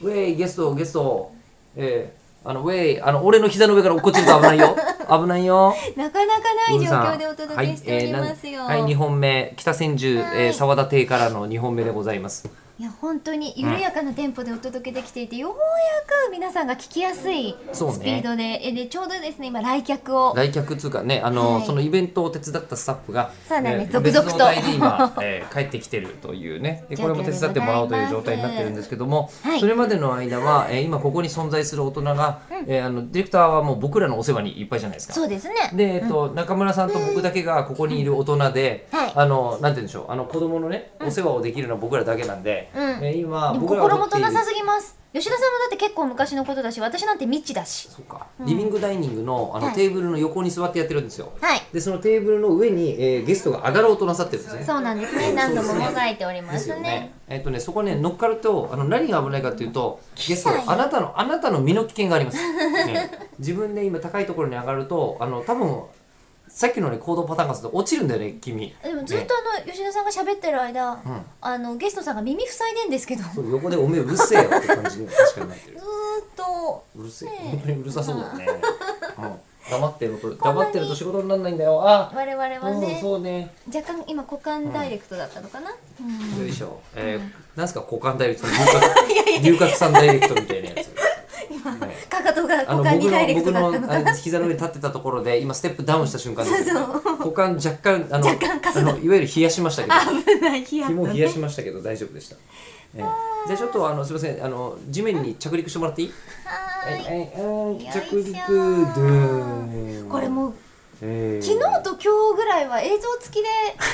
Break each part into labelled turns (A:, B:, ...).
A: ウェイゲストゲストえー、あのウェイあの俺の膝の上から落っこちると危ない よ危ないよ
B: なかなかない
A: 皆
B: 状
A: さん
B: 況でお届けしておりますよ。
A: はい、えーなんはい、2本目北千住、
B: は
A: えー、
B: い
A: 沢田邸からの2本目でございます
B: いや本当に緩やかなテンポでお届けできていて、ようやく皆さんが聞きやすいスピ
A: そうね
B: ードで,、えでちょうどですね今来客を
A: 来客つうかねあの、
B: はい
A: そのイベントを手伝ったスタッフが
B: そうなんです
A: えー
B: 続々と
A: 別の台で 今、えー帰ってきてるというねでこれも手伝ってもらおうという状態になってるんですけども、
B: はい
A: それまでの間は、えー今ここに存在する大人が、えーあのディレクターはもう僕らのお世話にいっぱいじゃないですか。
B: そうですね。
A: で、えっと、中村さんと僕だけがここにいる大人で、
B: はい
A: あの、なんて言うんでしょう、あの、子供のね、お世話をできるのは僕らだけなんで、
B: うん
A: えー今、
B: でも
A: 僕らが
B: 心
A: 持
B: も
A: って
B: と
A: いる
B: なさすぎます。吉田さんもだって結構昔のことだし、私なんて未知だし。
A: そうか、リビングダイニングのあの、
B: はい
A: テーブルの横に座ってやってるんですよ。
B: はい。
A: で、そのテーブルの上に、えーゲストが上がろうとなさってるんですね。
B: そうなんですね。何度ももがいておりま
A: です
B: す
A: よ
B: ね
A: ね。。えっ、とね、そこね、乗っかると、あの、何が危ないかというと、ゲスト
B: 来た、よ
A: あなたの、あなたの身の危険があります。ね、自分で今高いところに上がると、あの、多分。さっきのね、行動パターンがすると、落ちるんだよね、君。
B: でもずっ
A: ね
B: とあの吉田さんが喋ってる間
A: ん、
B: あのゲストさんが耳塞いでんですけど、ずー
A: そ
B: っ
A: う横でおめえうるせえよって感じに確かになってる
B: と。
A: うるせえ
B: ねえ
A: 本当にうるさそうだねもう黙ってると黙ってると仕事にならないんだよあ
B: 我々は
A: うん
B: ね、
A: そうね
B: 若干今股間ダイレクトだったのかな。うん
A: よいしょえー、なんすか股間ダイレ クトの龍角龍角散ダイレクトみたいなやつはい
B: かかとが
A: あの
B: 股間に
A: 僕
B: ダ
A: の
B: イレクト
A: 僕
B: だったの
A: の
B: か
A: あ
B: な
A: の。膝の上に立ってたところで今ステップダウンした瞬間ですよ
B: そう
A: 股間若干あの
B: 若干かす
A: あ
B: だ
A: のいわゆる冷やしましたけど
B: 危ない日やった
A: 紐を冷
B: ね。
A: やしましたけど大丈夫でした、ええじゃあちょっとあのすいませんあの地面に着陸してもらっていい
B: はーい
A: はいはい
B: よいしょ
A: 着陸ドゥーン
B: これもう
A: えー
B: 昨日と今日ぐらいは映像付きで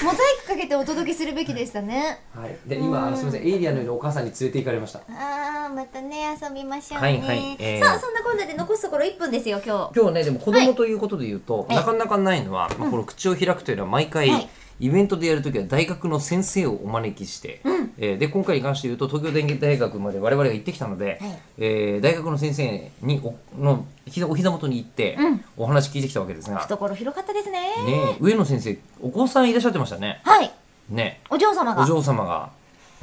B: モザイクかけてお届けするべきでしたね。
A: はいで今あのすみませんエイリアンのようにお母さんに連れて行かれました
B: あーまたね遊びましょうね。
A: はいはいえー
B: さあそんなこんなで残すところ1分ですよ今日。
A: 今日ねでも子供ということで言うと、
B: はい
A: なかなかないのは、まあ、この口を開くというのは毎回、
B: はい
A: イベントでやるときは大学の先生をお招きして、えーで今回に関して言うと東京電機大学まで我々が行ってきたので、
B: はい
A: えー大学の先生におの膝お膝元に行って、
B: うん
A: お話聞いてきたわけですが、
B: 懐広かったですね。
A: ね、上野先生お子さんいらっしゃってましたね。
B: はい
A: ね
B: お嬢様が。
A: お嬢様が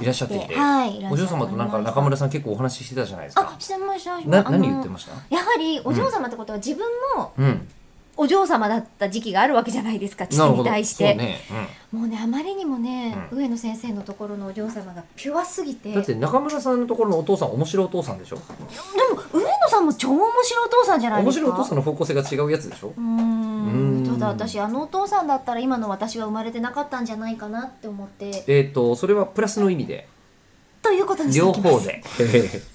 A: いらっしゃっていて、
B: はいいらっしゃって
A: お嬢様となんか中村さん結構お話ししてたじゃないです
B: あ
A: か。
B: してました。
A: な何言ってま
B: し
A: した？
B: た。やはりお嬢様ってことは自分も
A: うん、
B: お嬢様だった時期があるわけじゃないですか父
A: なるほ
B: に
A: ど。
B: 対し
A: そ
B: て、
A: うね、うん。
B: もうねあまりにもね、
A: う
B: 上野先生のところのお嬢様がピュアすぎて
A: だって中村さんのところのお父さん面白いお父さんでしょ
B: でも上野さんも超面白いお父さんじゃない
A: 面
B: ですか
A: 白いお父さんの方向性が違うやつでしょ
B: うーん
A: うーん
B: ただ私あのお父さんだったら今の私は生まれてなかったんじゃないかなって思って
A: えっ、とそれはプラスの意味で
B: ということにして
A: 両
B: おきます
A: 方で